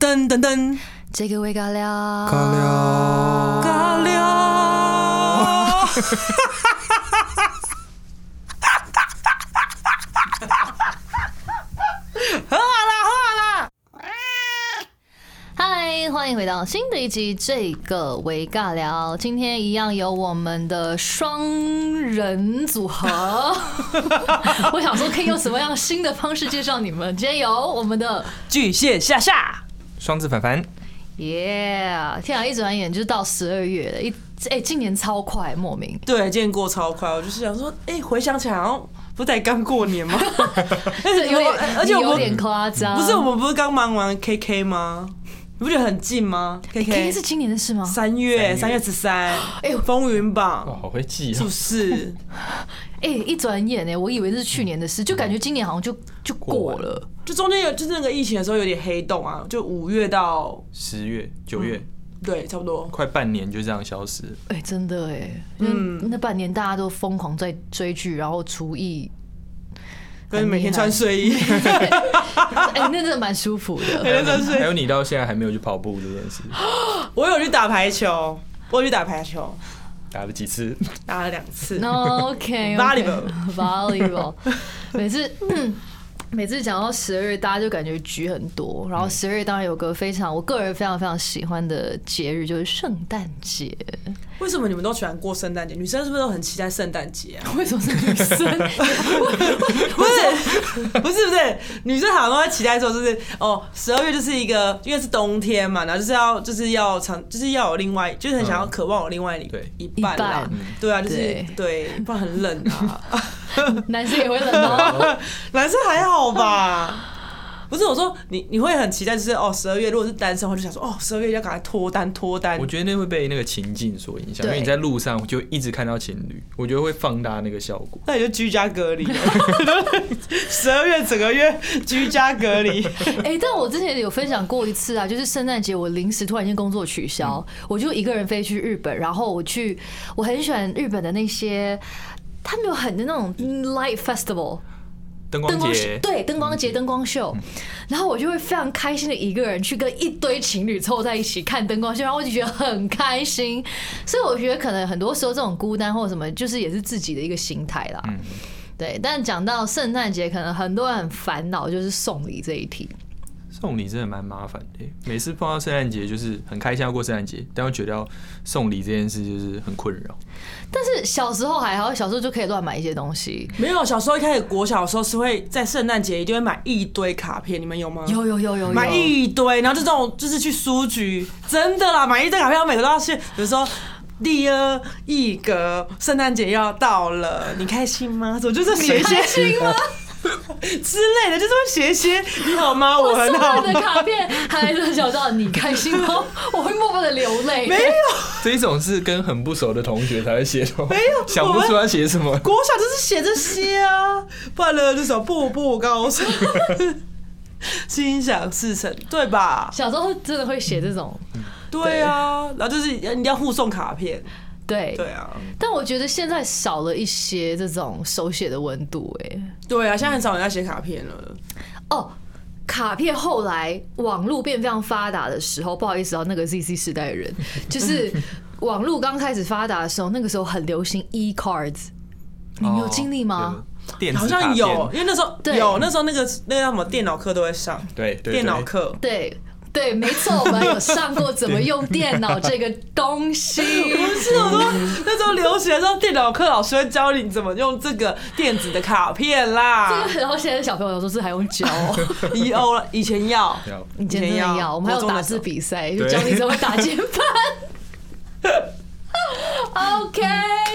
噔噔噔，这个味尬聊，尬聊尬聊。嗨，欢迎回到新的一集这个微尬聊，今天一样有我们的双人组 合。我想说，可以用什么样新的方式介绍你们？今天有我们的巨蟹夏夏，双子凡凡，耶天啊，一转眼就到十二月了，一哎、今年超快，莫名。对，见过超快，我就是想说，哎、回想起来好像不是才刚过年 吗？而且有我点，呃而且你我有点们夸张，不是我们不是刚忙完 KK 吗？你不觉得很近吗哎，K K 是？KK 今年的事吗？三月哦三月十三，哎，风云哇，榜好会记是啊不！ 是？哎、一转眼哎、我以为是去年的事，就感觉今年好像就就过过了。就中间有就是那个疫情的时候有点黑洞啊，就五月到十月、九月，对差不多。快半年就这样消失了。哎、真的哎、嗯，那半年大家都疯狂在追剧，然后厨艺，跟每天穿睡衣， 哎、那真的蛮舒服的。每天穿睡还有你到现在还没有去跑步这件事，我有去打排球，我有去打排球，打了几次？打了两次。 No, OK, Volleyball volleyball，每 次。每次讲到十二月，大家就感觉局很多。然后十二月当然有个非常，我个人非常非常喜欢的节日，就是圣诞节。 为什么你们都喜欢过圣诞节？女生是不是都很期待圣诞节啊？ 为什么是女生？ 不是，不是，不是，女生好像都在期待说，就是哦，十二月就是一个，因为是冬天嘛，然后就是要就是要长，就是要有另外，就是很想要渴望有另外一对一半啦一半嗯，对啊，就是对对，不然很冷啊。 男生也会冷哦。男生还好吧？不是我说你你会很期待，就是哦，十二月如果是单身的话，就想说哦，十二月要赶快脱单脱单我。觉得那会被那个情境所影响，对因为你在路上就一直看到情侣，我觉得会放大那个效果。那你就居家隔离， 十二月整个月居家隔离， 哎、但我之前有分享过一次啊，就是圣诞节我临时突然间工作取消，嗯我就一个人飞去日本，然后我去，我很喜欢日本的那些。他们有很多那种 light festival 灯灯光光节，嗯对灯光节灯光秀，然后我就会非常开心的一个人去跟一堆情侣凑在一起看灯光秀，然后我就觉得很开心。所以我觉得可能很多时候这种孤单或者什么，就是也是自己的一个心态啦。嗯对，但讲到圣诞节，可能很多人很烦恼就是送礼这一题。送礼真的蛮麻烦的耶。每次碰到圣诞节，就是很开心要过圣诞节，但又觉得要送礼这件事就是很困扰。但是小时候还好，小时候就可以乱买一些东西。没有，小时候一开始国小的时候是会在圣诞节一定会买一堆卡片，你们有吗？有有有有有，买一堆，然后就这种就是去书局，真的啦，买一堆卡片，我每个都要去，比如说。第二一格，圣诞节要到了，你开心吗？我就是写一些心吗？之类的，就是会写一些你好吗？我很送好了，的卡片，还能想到你开心吗？我会默默的流泪。没有，这一种是跟很不熟的同学才会写的，没有想不出要写什么。国小就是写这些啊，不然呢就什么步步高升，心想事成，对吧？小时候真的会写这种，对啊，然后就是你要互送卡片，对。对啊，但我觉得现在少了一些这种手写的温度、哎，对啊，现在很少人在写卡片了，哦。卡片后来网络变非常发达的时候，不好意思哦、那个 ZC 时代 的人，就是网络刚开始发达的时候，那个时候很流行 e cards，你哦们有经历吗？哦有？电子好像卡片有，因为那时候对有那时候那个那个叫什么电脑课都会上，对对对电脑课。对对，没错，我们有上过怎么用电脑这个东 西。不是我说，那时候流行的时候，电脑课老师会教你怎么用这个电子的卡片啦然后现在小朋友说是还用教、哦， ，E O 了，以前 要，有你今天真的要，我们还有打字比赛，就教你怎么打键盘。OK，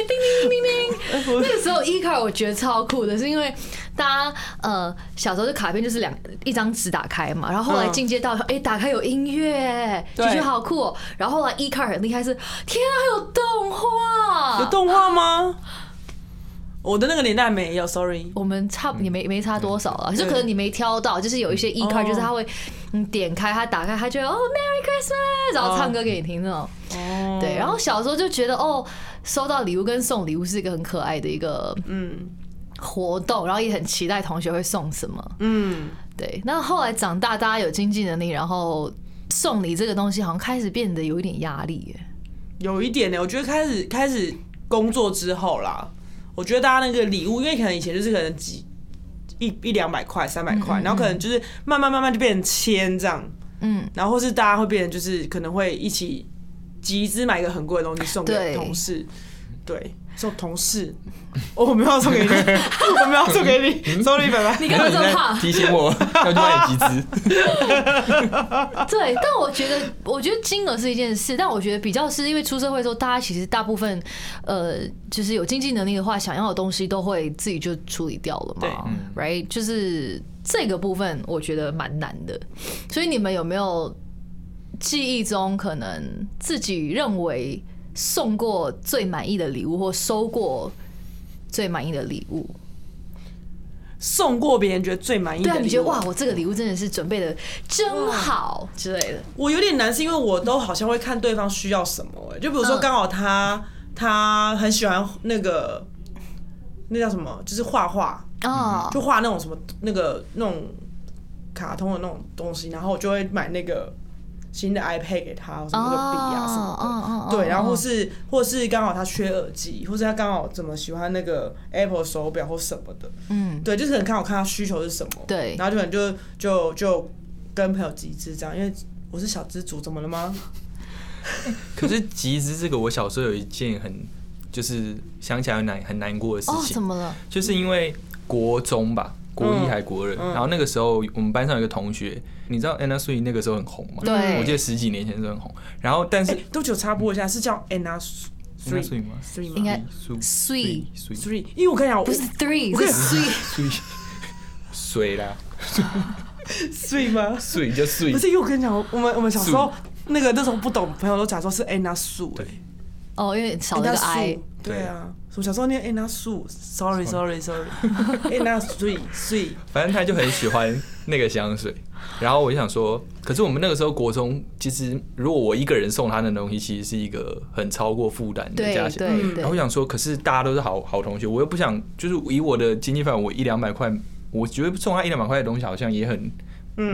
叮叮叮叮叮，那个时候 e card 我觉得超酷的，是因为大家呃小时候的卡片就是两一张纸打开嘛，然后后来嗯进阶到哎、打开有音乐，就对觉得好酷、哦。然后后来 e card 很厉害是，天啊还有动画，有动画吗？我的那个年代没有，sorry。我们差也没没差多少啊，就可能你没挑到，就是有一些 e card，就是他会嗯点开，他打开，他就会哦 Merry Christmas，然后唱歌给你听那种。哦，对，然后小时候就觉得哦，收到礼物跟送礼物是一个很可爱的一个嗯活动，然后也很期待同学会送什么。嗯，对，那后来长大，大家有经济能力，然后送礼这个东西好像开始变得有一点压力耶。有一点呢、我觉得开始开始工作之后啦，我觉得大家那个礼物，因为可能以前就是可能几一一两百块、三百块，然后可能就是慢慢慢慢就变成千这样，嗯，然后或是大家会变成就是可能会一起集资买一个很贵的东西送对给同事，对。送同事，哦我没有要 送给你，我没有要送给你，sorry，拜拜。你 干嘛这么怕？提醒我要去外集资，对，但我觉得，我觉得金额是一件事，但我觉得比较是因为出社会之后，大家其实大部分，呃，就是有经济能力的话，想要的东西都会自己就处理掉了对嘛，right？就是这个部分，我觉得蛮难的。所以你们有没有记忆中可能自己认为送过最满意的礼物，或收过最满意的礼物？送过别人觉得最满意的礼对啊，物，你觉得哇，我这个礼物真的是准备的真好之类的。我有点难，是因为我都好像会看对方需要什么、欸就比如说嗯刚好他、他很喜欢那个那叫什么，就是画画，哦，就画那种什么那个那种卡通的那种东西，然后我就会买那个新的 iPad 给他，什么那个笔啊什么的。哦对，然后或是或是刚好他缺耳机，或是他刚好怎么喜欢那个 Apple 手表或什么的，嗯，对，就是很看我看他需求是什么，对然后就可能就就就跟朋友集资这样，因为我是小资主，怎么了 吗？可是集资这个，我小时候有一件很就是想起来很难很难过的事哦，情怎，么了？就是因为国中吧，国一还国二，然后那个时候我们班上有一个同学，你知道 Anna Sui 那个时候很红嗯嘛？对我记得十几年前是很红。然后但是哎、都只有插播一下，是叫 Anna Anna Sui Three 吗 Three 吗应该 Sui Sui Sui Three，因为我跟你讲，我不是 three，我是跟 three。 Sui 水啦， Three 吗？水就水不，是，因为我跟你讲，我们我们小时候素那个那时候不懂，朋友都假装是 Anna 素、对哎，哦，因为少了 Anna 个 i 素。对啊，我小时候念 Anna 素，sorry sorry sorry，Anna Three Three，反正他就很喜欢那个香水。 然后我就想说，可是我们那个时候国中，其实如果我一个人送他的东西，其实是一个很超过负担的对价对钱。嗯对然后我想说，可是大家都是好好同学，我又不想，就是以我的经济范围，我一两百块，我觉得送他一两百块的东西好像也很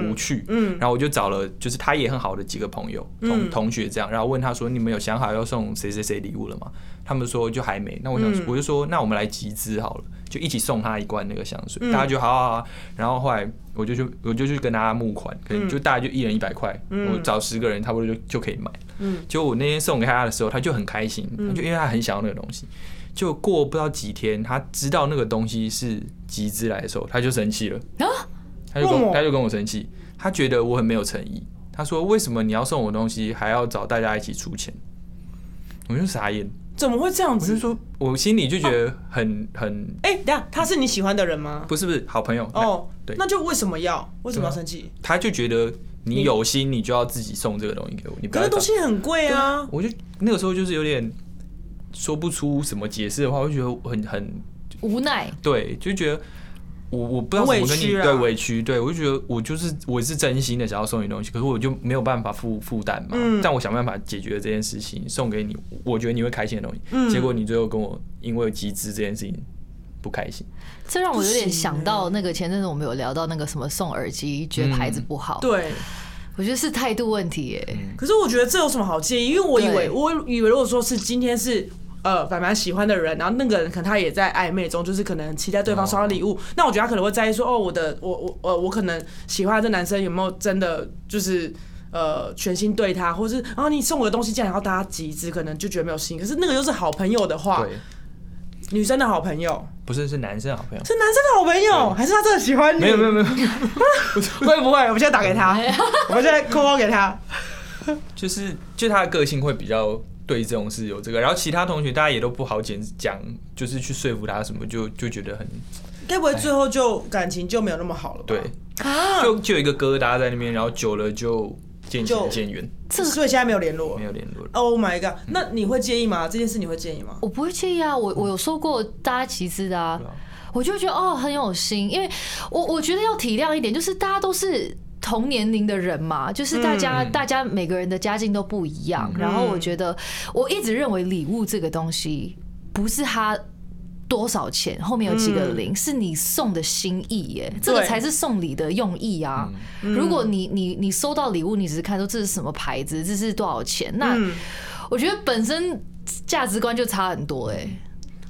无趣。嗯，然后我就找了，就是他也很好的几个朋友、同嗯同学这样，然后问他说：“你们有想好要送谁谁谁礼物了吗？”他们说就还没。那我想，嗯我就说那我们来集资好了，就一起送他一罐那个香嗯水。大家就好好好啊。然后后来我就去，我就去跟大家募款，可嗯能就大家就一人一百块，我找十个人差不多就就可以买。嗯，就我那天送给他的时候，他就很开心，他就因为他很想要那个东西。就过不知道几天，他知道那个东西是集资来的时候，他就生气了。啊，他就跟为什我么他就跟我生气，他觉得我很没有诚意。他说：“为什么你要送我东西，还要找大家一起出钱？”我就傻眼，怎么会这样我就子？说，我心里就觉得很很哎、等一下他是你喜欢的人吗？不是不是好朋友哦，对啊那就为什么要为什么要生气？他就觉得你有心，你就要自己送这个东西给我，你不可要是找东西很贵啊，我就那个时候就是有点说不出什么解释的话，我就觉得很很无奈。对，就觉得我我不知道怎么跟很委你屈啊对委屈，对我就觉得我就是我是真心的想要送你东西，可是我就没有办法负负担嘛，嗯但我想办法解决这件事情，送给你，我觉得你会开心的东西，嗯结果你最后跟我因为集资这件事情不开心，这让我有点不行想到那个前阵子我们有聊到那个什么送耳机，觉得牌子不好。，啊对。嗯我觉得是态度问题耶。可是我觉得这有什么好介意？因为我以对为我以为如果说是今天是。呃，反正喜欢的人，然后那个人可能他也在暧昧中，就是可能期待对方收到礼哦物。那我觉得他可能会在意说，哦，我的，我我呃，我可能喜欢这男生有没有真的就是呃全心对他，或是然后你送我的东西进来，然后大家集资，可能就觉得没有心。可是那个又是好朋友的话，对，女生的好朋友不是是男生好朋友，是男生的好朋友，还是他真的喜欢你？没有没有没有， 会不会？我们现在打给他，我们现在 call 给他。就是就他的个性会比较。对这种事有这个，然后其他同学大家也都不好讲讲，就是去说服他什么，就就觉得很该不会最后就感情就没有那么好了吧？对，啊，就就有一个疙瘩在那边，然后久了就渐行就渐远，所以现在没有联络没。有联络了。 Oh my god！那你会介意吗？这件事你会介意吗？我不会介意啊，我我有收过大家集资的啊对啊，我就会觉得哦很有心，因为我我觉得要体谅一点，就是大家都是。同年龄的人嘛，就是大家，大家每个人的家境都不一样。然后我觉得，我一直认为礼物这个东西不是它多少钱，后面有几个零，是你送的心意耶，这个对才是送礼的用意啊。如果你你你收到礼物，你只是看说这是什么牌子，这是多少钱，那我觉得本身价值观就差很多哎。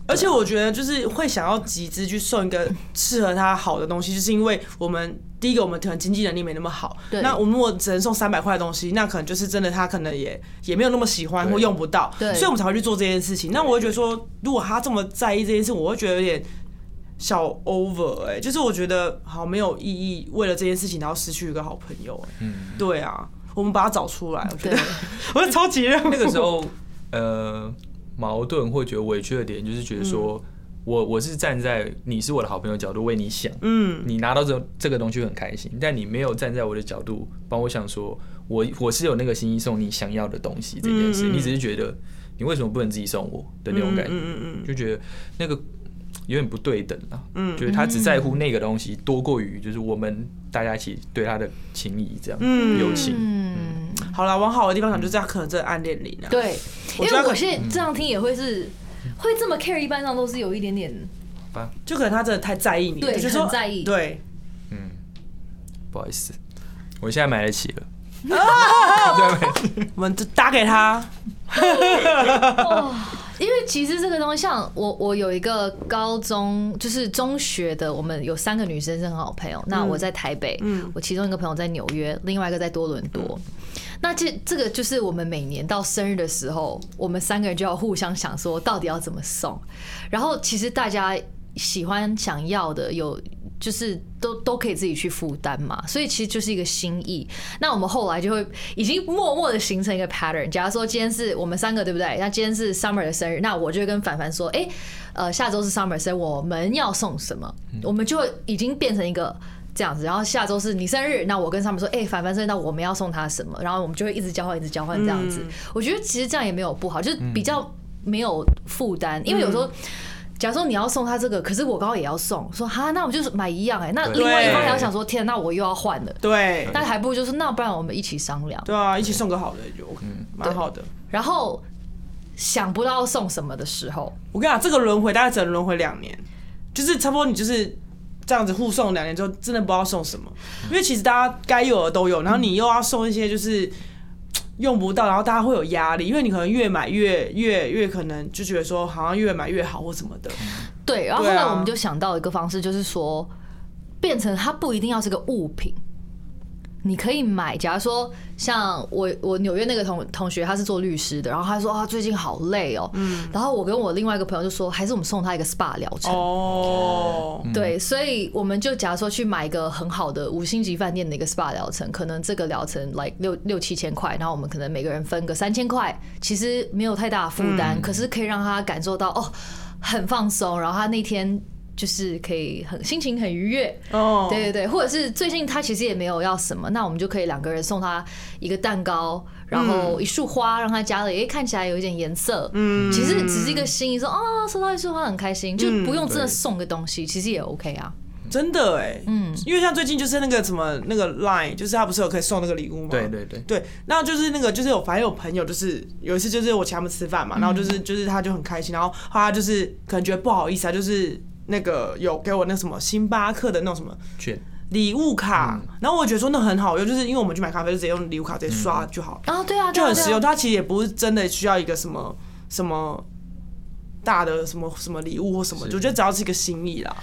而且我觉得就是会想要集资去送一个适合他好的东西，就是因为我们第一个我们可能经济能力没那么好，对那我们如果只能送三百块的东西，那可能就是真的他可能也也没有那么喜欢对或用不到，对所以我们才会去做这件事情。那我会觉得说，如果他这么在意这件事，我会觉得有点。小 over 哎、就是我觉得好没有意义，为了这件事情然后失去一个好朋友、欸，嗯，对啊，我们把他找出来，我觉得对 我是超级认那个时候，呃，矛盾或觉得委屈的点，就是觉得说。我我是站在你是我的好朋友角度为你想， 嗯，你拿到这这个东西会很开心，但你没有站在我的角度帮我想说，我我是有那个心意送你想要的东西这件事，嗯嗯你只是觉得你为什么不能自己送我的那种感觉，嗯嗯嗯就觉得那个有点不对等啊，嗯，就是他只在乎那个东西多过于就是我们大家一起对他的情谊这样，嗯友情，嗯，嗯，好了，往好的地方想，就是他可能真的暗恋你了，对，因我觉得为我可嗯现在这样听也会是。会这么 care，一般上都是有一点点，就可能他真的太在意你了，对就是说很在意对，不好意思，我现在买得起了，对，我们就打给他，因为其实这个东西，像我，我有一个高中，就是中学的，我们有三个女生是很好朋友。那嗯我在台北，我其中一个朋友在纽约，另外一个在多伦嗯多。那这这个就是我们每年到生日的时候，我们三个人就要互相想说到底要怎么送。然后其实大家喜欢想要的有。就是都都可以自己去负担嘛，所以其实就是一个心意。那我们后来就会已经默默的形成一个 pattern。假如说今天是我们三个，对不对？那今天是 Summer 的生日，那我就会跟凡凡说，哎、呃，下周是 Summer 生日，我们要送什么？我们就已经变成一个这样子。然后下周是你生日，那我跟 Summer 说，哎、凡凡生日，那我们要送他什么？然后我们就会一直交换，一直交换这样子。我觉得其实这样也没有不好，就是比较没有负担，因为有时候。假如说你要送他这个，可是我刚好也要送，说哈，那我们就是买一样哎、那另外一方也要想说，天，那我又要换了，对，但还不如就是那不然我们一起商量，对啊，一起送个好的就 OK，蛮好的。然后想不到送什么的时候，我跟你讲，这个轮回大概只能轮回两年，就是差不多你就是这样子互送两年之后，真的不知道送什么，因为其实大家该有的都有，然后你又要送一些就是。嘖用不到，然后大家会有压力，因为你可能越买越越越可能就觉得说好像越买越好或什么的，对，然后后对啊来我们就想到一个方式，就是说变成它不一定要是个物品。你可以买，假如说像我，我纽约那个同同学他是做律师的，然后他说啊最近好累哦，嗯，然后我跟我另外一个朋友就说，还是我们送他一个 SPA 疗程，哦，对，所以我们就假如说去买一个很好的五星级饭店的一个 SPA 疗程，可能这个疗程 like 六六七千块，然后我们可能每个人分个三千块，其实没有太大的负担，可是可以让他感受到哦很放松，然后他那天。就是可以很心情很愉悦，哦，对对对，或者是最近他其实也没有要什么，那我们就可以两个人送他一个蛋糕，然后一束花，让他家里诶看起来有一点颜色。嗯，其实只是一个心意，说啊收到一束花很开心，就不用真的送个东西，其实也 OK 啊。真的哎、嗯，因为像最近就是那个什么那个 Line，就是他不是有可以送那个礼物吗？对对对，对，那就是那个，就是我反正有朋友，就是有一次就是我请他们吃饭嗯嘛，然后就是就是他就很开心，然后他就是可能觉得不好意思啊，就是那个有给我那什么星巴克的那种什么券，礼物卡，嗯然后我也觉得说那很好用，就是因为我们去买咖啡就直接用礼物卡直接刷就好了，啊，对啊，对就啊很对啊实用。它其实也不是真的需要一个什么什么大的什么什么礼物或什么，我觉得只要是一个心意啦。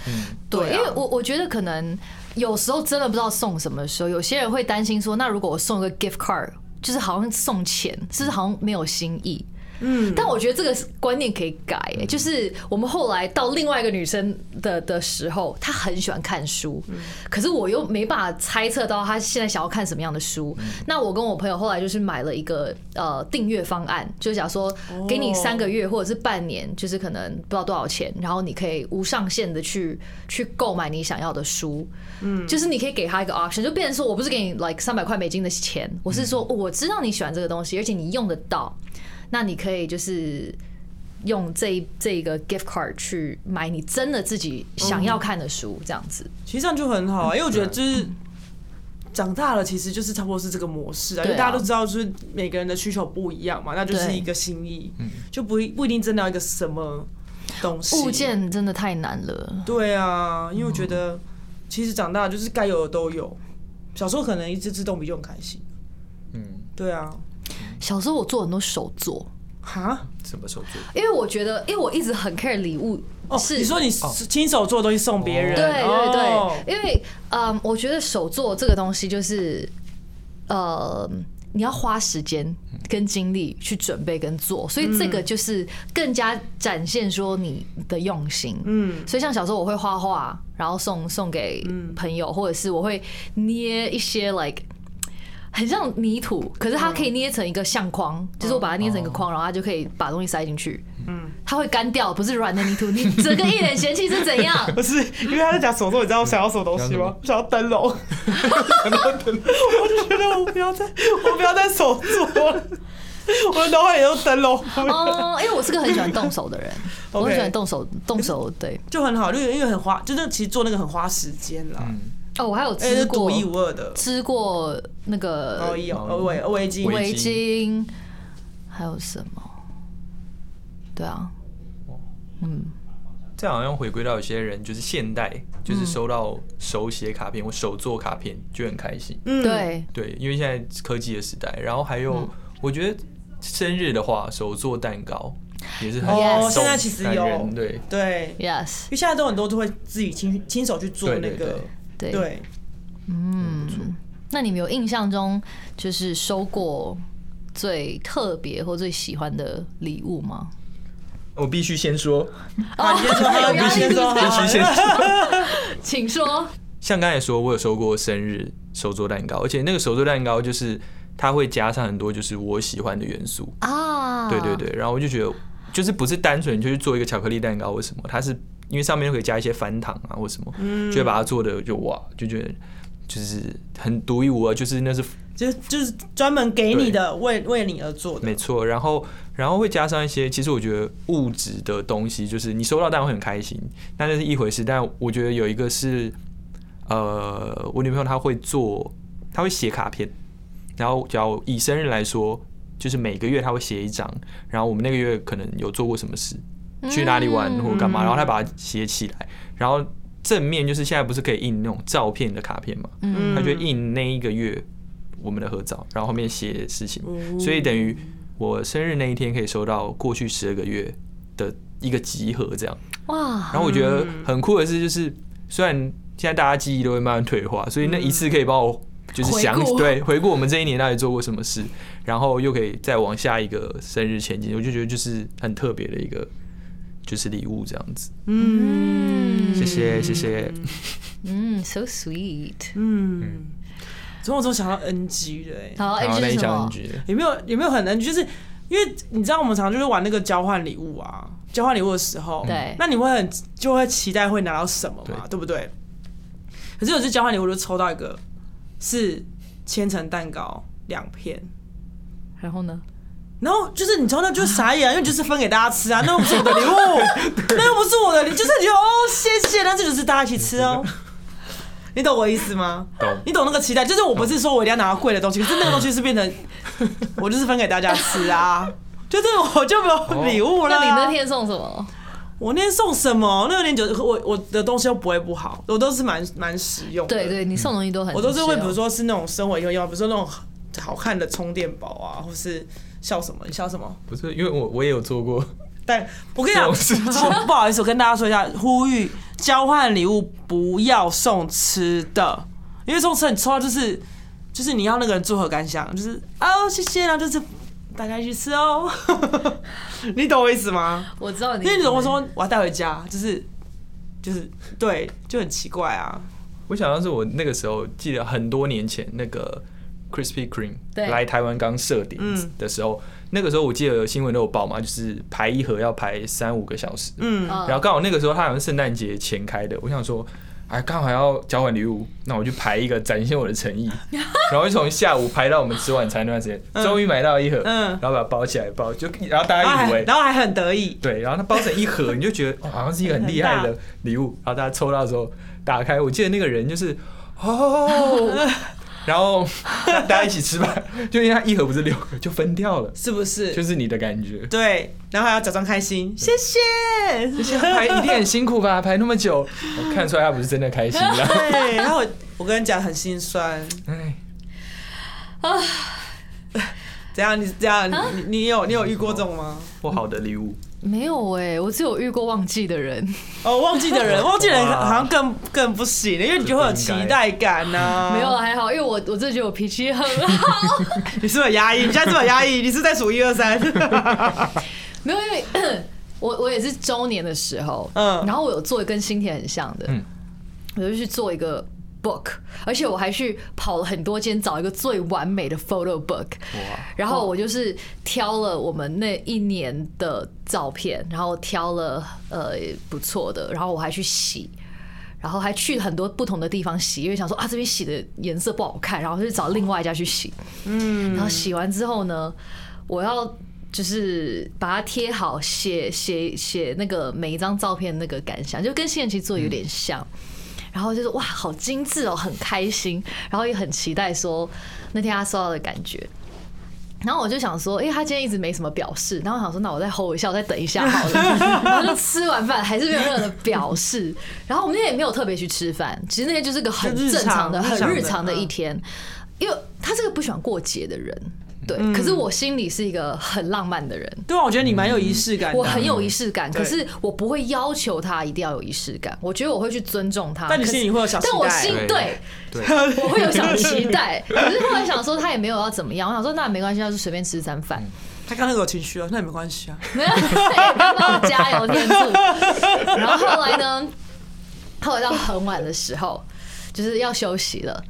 对，对啊因为我我觉得可能有时候真的不知道送什么的时候，有些人会担心说，那如果我送一个 gift card，就是好像送钱，是不是好像没有新意？嗯，但我觉得这个观念可以改、欸，就是我们后来到另外一个女生的的时候，她很喜欢看书，可是我又没办法猜测到她现在想要看什么样的书。那我跟我朋友后来就是买了一个呃订阅方案，就假如说给你三个月或者是半年，就是可能不知道多少钱，然后你可以无上限的去去购买你想要的书，嗯，就是你可以给他一个 option，就变成说我不是给你 like 三百块美金的钱，我是说我知道你喜欢这个东西，而且你用得到，那你可以就是。用这一这一个 gift card 去买你真的自己想要看的书，这样子。其实这样就很好嗯啊，因为我觉得就是长大了，其实就是差不多是这个模式啊，因对啊为大家都知道，就是嗯每个人的需求不一样嘛，那就是一个心意，就不一不一定真的要一个什么东西。物件嗯真的太难了。对啊，因为我觉得其实长大就是该有的都有，小时候可能一支自动笔就很开心。嗯，对啊，小时候我做很多手作，哈什么时候做？因为我觉得，因为我一直很 care 礼物。哦，是你说你是亲手做东西送别人，对对哦对，因为嗯，我觉得手作这个东西就是，呃，你要花时间跟精力去准备跟做，所以这嗯个就是更加展现说你的用心。嗯所以像小时候我会画画，然后送送给朋友，或者是我会捏一些 like。很像泥土，可是它可以捏成一个相框，就是我把它捏哦成一个框，然后它就可以把东西塞进去。嗯，它会干掉，不是软的泥土。你整个一脸嫌弃是怎样？ 不是，因为他在讲手作，你知道我想要什么东西想要什吗么？想要灯笼。我就觉得我不要再，我不要再手作了。我的脑海里都是灯笼，哦，因为我是个很喜欢动手的 人，我很喜欢动手动手。对，就很好，就是因为很花，就是其实做那个很花时间啦，嗯哦，我还有而且吃是哎独过一无二的。吃过那毛个衣嗯哦，围围巾，围围巾，还有什么？对啊，嗯，这好像回归到有些人就是现代，嗯就是收到手写卡片或手做卡片就很开心。嗯，对，对，因为现在科技的时代，然后还有、我觉得生日的话，手做蛋糕也是很哦， Yes 现在其实感有人，对对， ，yes，因为现在都很多都会自己亲亲手去做对那对个对，，对，对，嗯，那你们有印象中就是收过最特别或最喜欢的礼物吗？我必须先说， 啊，你 先说，有你压力先说，是不是好必须先说。请说。像刚才说，我有收过生日手做蛋糕，而且那个手做蛋糕就是它会加上很多就是我喜欢的元素，啊，对对，对，然后我就觉得就是不是单纯就去做一个巧克力蛋糕或什么，它是因为上面可以加一些翻糖啊或什么，就会把它做的就哇就觉得就是很独一无二，就是那是就是就是专门给你的，为为你而做的，没错，然后然后会加上一些，其实我觉得物质的东西，就是你收到当然会很开心，那那是一回事。但我觉得有一个是，呃，我女朋友她会做，她会写卡片，然后只要以生日来说，就是每个月她会写一张，然后我们那个月可能有做过什么事，去哪里玩或干嘛，然后她把它写起来，然后正面就是现在不是可以印那种照片的卡片嘛，嗯他就印那一个月我们的合照，然后后面写事情，哦所以等于我生日那一天可以收到过去十二个月的一个集合这样。哇，然后我觉得嗯很酷的是，就是虽然现在大家记忆都会慢慢退化，所以那一次可以帮我就是想嗯回顾对 回顾我们这一年到底做过什么事，然后又可以再往下一个生日前进，我就觉得就是很特别的一个就是礼物这样子。嗯谢谢谢谢，嗯，so sweet。嗯，怎么我总想到 NG 的、欸？好然后，NG 哦那哎是一什小么？ NG 的有没有有没有很 NG？就是因为你知道我们常常就是玩那个交换礼物啊，交换礼物的时候，对那你会很就会期待会拿到什么嘛，对对不对？可是有次交换礼物就抽到一个是千层蛋糕两片。然后呢？然后就是你抽到就傻眼、啊，因为就是分给大家吃啊，那又不是我的礼物，那又不是我的礼，就是你就哦谢谢，但是就是大家一起吃哦，你懂我意思吗？懂你懂那个期待，就是我不是说我一定要拿到贵的东西，可是那个东西是变 成我就是分给大家吃啊，就是我就没有礼物了哦那啊。你那天送什么？我那天送什么？那有点久，我我的东西又不会不好，我都是蛮蛮实用的。对啊对，你送东西都很我都是会，实比用如说是那种生活用用，比如说那种好看的充电宝啊，或是笑什么？你笑什么？不是因为我我也有做过。但我跟你讲这种事，不好意思，我跟大家说一下，呼吁交换礼物不要送吃的，因为送吃的你抽到就是就是你要那个人作何感想，就是哦谢谢，然后就是大家一起吃哦， 你懂我意思吗？我知道你，因为你总会说我要带回家，就是就是对，就很奇怪啊。我想到是我那个时候记得很多年前那个 Krispy Kreme 对来台湾刚设点嗯的时候，那个时候我记得新闻都有报嘛，就是排一盒要排三五个小时，嗯，嗯，然后刚好那个时候他好像圣诞节前开的，我想说。哎，刚好要交换礼物，那我就排一个展现我的诚 意，然后就从下午排到我们吃晚餐那段时间，终于买到一盒，嗯啊然后把它包起来包，就然后大然后家以还为然后还很得意，对，然后它包成一盒，你就觉得、哦、好像是一个很厉害的礼物。然后大家抽到的时候打开，我记得那个人就是哦，然后大家一起吃吧，就因为它一盒不是六个，就分掉了，是不是？就是你的感觉。对，然后还要假装开心，谢谢，谢谢排一定很辛苦吧？排那么久，我看出来他不是真的开心了。 对，然后我我跟你讲很心酸，哎，怎样？你怎样？啊你你你有你有遇过这种吗？不好的礼物，没有哎、我只有遇过忘记的人，哦，忘记的 人，忘记的人哇好像更更不行了，因为你就会有期待感啊呐、没有了，还好，因为我我这觉得我脾气很好，你是不是很压抑？你现在是不是很 压抑？你是在数一二 三？没有，因为 我我也是周年的时候，嗯嗯，然后我有做一跟新田很像的，嗯我就去做一个 book，而且我还去跑了很多间找一个最完美的 photo book，然后我就是挑了我们那一年的照片，然后挑了呃不错的，然后我还去洗。然后还去很多不同的地方洗，因为想说啊这边洗的颜色不好看，然后就找另外一家去洗。嗯，然后洗完之后呢，我要就是把它贴好，写写写那个每一张照片那个感想，就跟新人期做的有点像。然后就是哇，好精致哦，很开心，然后也很期待说那天他收到的感觉。然后我就想说，因为他今天一直没什么表示，然后我想说，那我再吼一下，我再等一下好了。 然后就吃完饭还是没有任何的表示。然后我们那天也没有特别去吃饭，其实那天就是个很就日常正常的、日常很的日常的嗯一嗯天。因为他是个不喜欢过节的人，对。可是我心里是一个很浪漫的人，对啊，我觉得你蛮有仪式感的，我很有仪式感，对可是我不会要求他一定要有仪式感。我觉得我会去尊重他。但你可是心里会有小期待但我心对对，对，我会有 小期待。可是后来想说他也没有要怎么样，我想说那没关系，那就随便吃餐饭。他刚刚有情绪啊，那也没关系啊。没有，帮我加油添醋。然后后来呢，后来到很晚的时候，就是要休息了，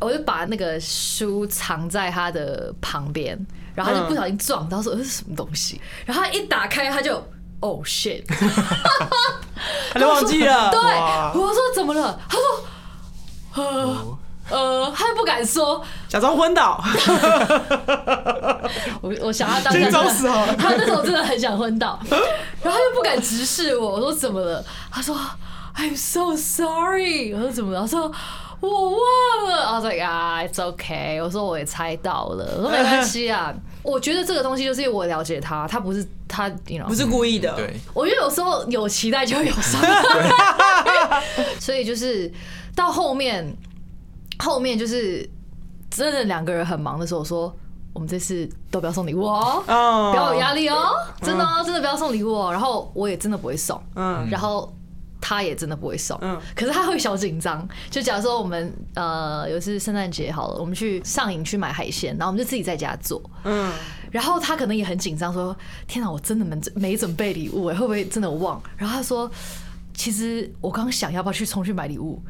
我就把那个书藏在他的旁边，然后他就不小心撞到，说呃这是什么东西，然后他一打开他就。哦、shit！ 他都忘记了， 对，哇我说怎么了？他说，呃呃，他不敢说。假装昏 倒，我我想他当下先真装死的，好了。 他那时候真的很想昏倒，然后他又不敢直视我。我说怎么了？他说 I'm so sorry。我说怎么了？他说我忘了。I was like 啊，it's okay。我说我也猜到了。我说没关系啊。我觉得这个东西就是因为我了解他，他不是他，you know，不是故意的，对，我觉得有时候有期待就有伤， 所以就是到后面，后面就是真的两个人很忙的时候，我说我们这次都不要送礼物哦，哦，不要有压力哦，真的哦，真的不要送礼物哦。然后我也真的不会送，嗯然后他也真的不会送，嗯可是他会小紧张。就假如说我们呃有一次圣诞节好了，我们去上影去买海鲜，然后我们就自己在家做，嗯，然后他可能也很紧张，说：“天哪，我真的没没准备礼物、欸，会不会真的忘？”然后他说：“其实我刚想要不要去冲去买礼物，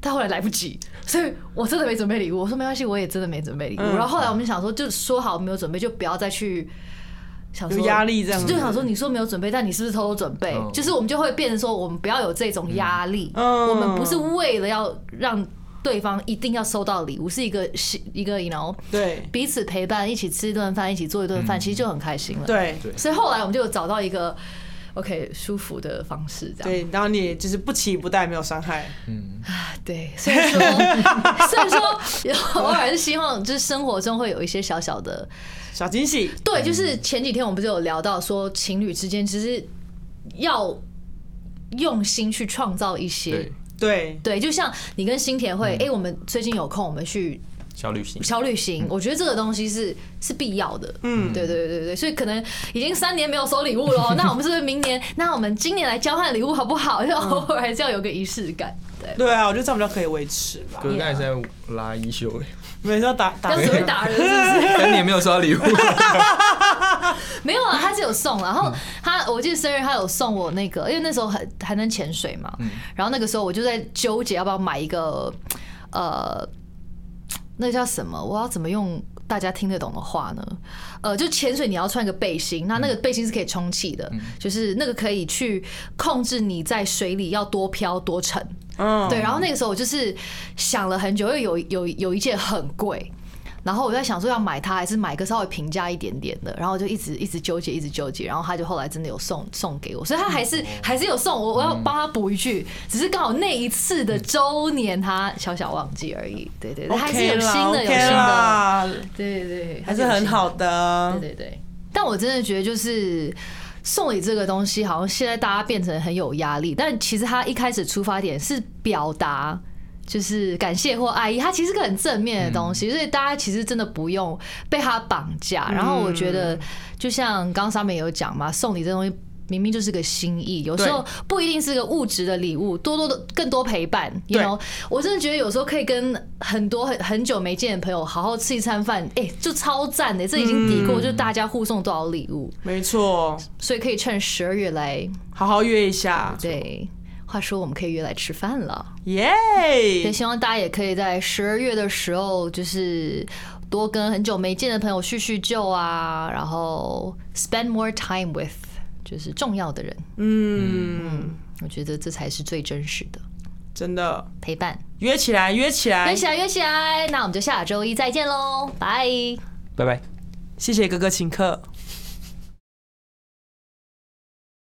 但后来来不及，所以我真的没准备礼物。”我说：“没关系，我也真的没准备礼物。嗯然后后来我们想说，就说好没有准备，就不要再去。想说有压力这样子就想说你说没有准备，但你是不是偷偷准备嗯？就是我们就会变成说，我们不要有这种压力，嗯我们不是为了要让对方一定要收到礼物，是一个是一个 you know 对彼此陪伴，一起吃一顿饭，一起做一顿饭，其实就很开心了。，嗯对对所以后来我们就有找到一个 OK 舒服的方式，这样对，然后你就是不期不待，没有伤害，对。虽然说，虽然说偶尔是希望，就是生活中会有一些小小的，小惊喜，对，就是前几天我们不是有聊到说，情侣之间其实要用心去创造一些对，，对，嗯对，就像你跟新田会，哎，我们最近有空，我们去小旅行，小旅行，我觉得这个东西是是必要的。嗯嗯，对对对对，所以可能已经三年没有收礼物了，那我们是不是明年？那我们今年来交换礼物好不好？就偶尔还是要有个仪式感。对，对啊，我觉得这样比较可以维持吧哥。刚才在拉衣袖哎，每次要打打要只会打人是不是？三年没有收到礼物， 没有啊，他是有送，然后他我记得生日他有送我那个，因为那时候还还能潜水嘛，然后那个时候我就在纠结要不要买一个呃，那个叫什么？我要怎么用大家听得懂的话呢？呃，就潜水你要穿一个背心，那那个背心是可以充气的，就是那个可以去控制你在水里要多飘多沉。嗯，对，然后那个时候我就是想了很久，因为有有有一件很贵。然后我在想说要买它还是买个稍微平价一点点的，然后我就一直一直纠结，一直纠结，然后他就后来真的有送送给我，所以他还嗯是还是有送我，我要帮他补一句，只是刚好那一次的周年他小小忘记而已，对对对，还是有新的有 OK 新的，啦，对对对，还还是很好的。对对对，但我真的觉得就是。送礼这个东西，好像现在大家变成很有压力，但其实他一开始出发点是表达，就是感谢或爱意，它其实是个很正面的东西，所以大家其实真的不用被它绑架。然后我觉得，就像刚刚上面有讲嘛，送礼这东西。明明就是个心意，有时候不一定是个物质的礼物，多多的更多陪伴。You 对 know，我真的觉得有时候可以跟很多很很久没见的朋友好好吃一餐饭，哎、就超赞的、这已经抵过就大家互送多少礼物，没错，所以可以趁十二月来。好好约一下，对，话说我们可以约来吃饭了。耶！对，希望大家也可以在十二月的时候，就是多跟很久没见的朋友叙叙旧啊，然后 spend more time with 就是重要的人。嗯，我觉得这才是最真实的真的陪伴。约起来，约起约来起。来，约起来！那我们就下周一再见喽，拜。拜拜。谢谢哥哥请客。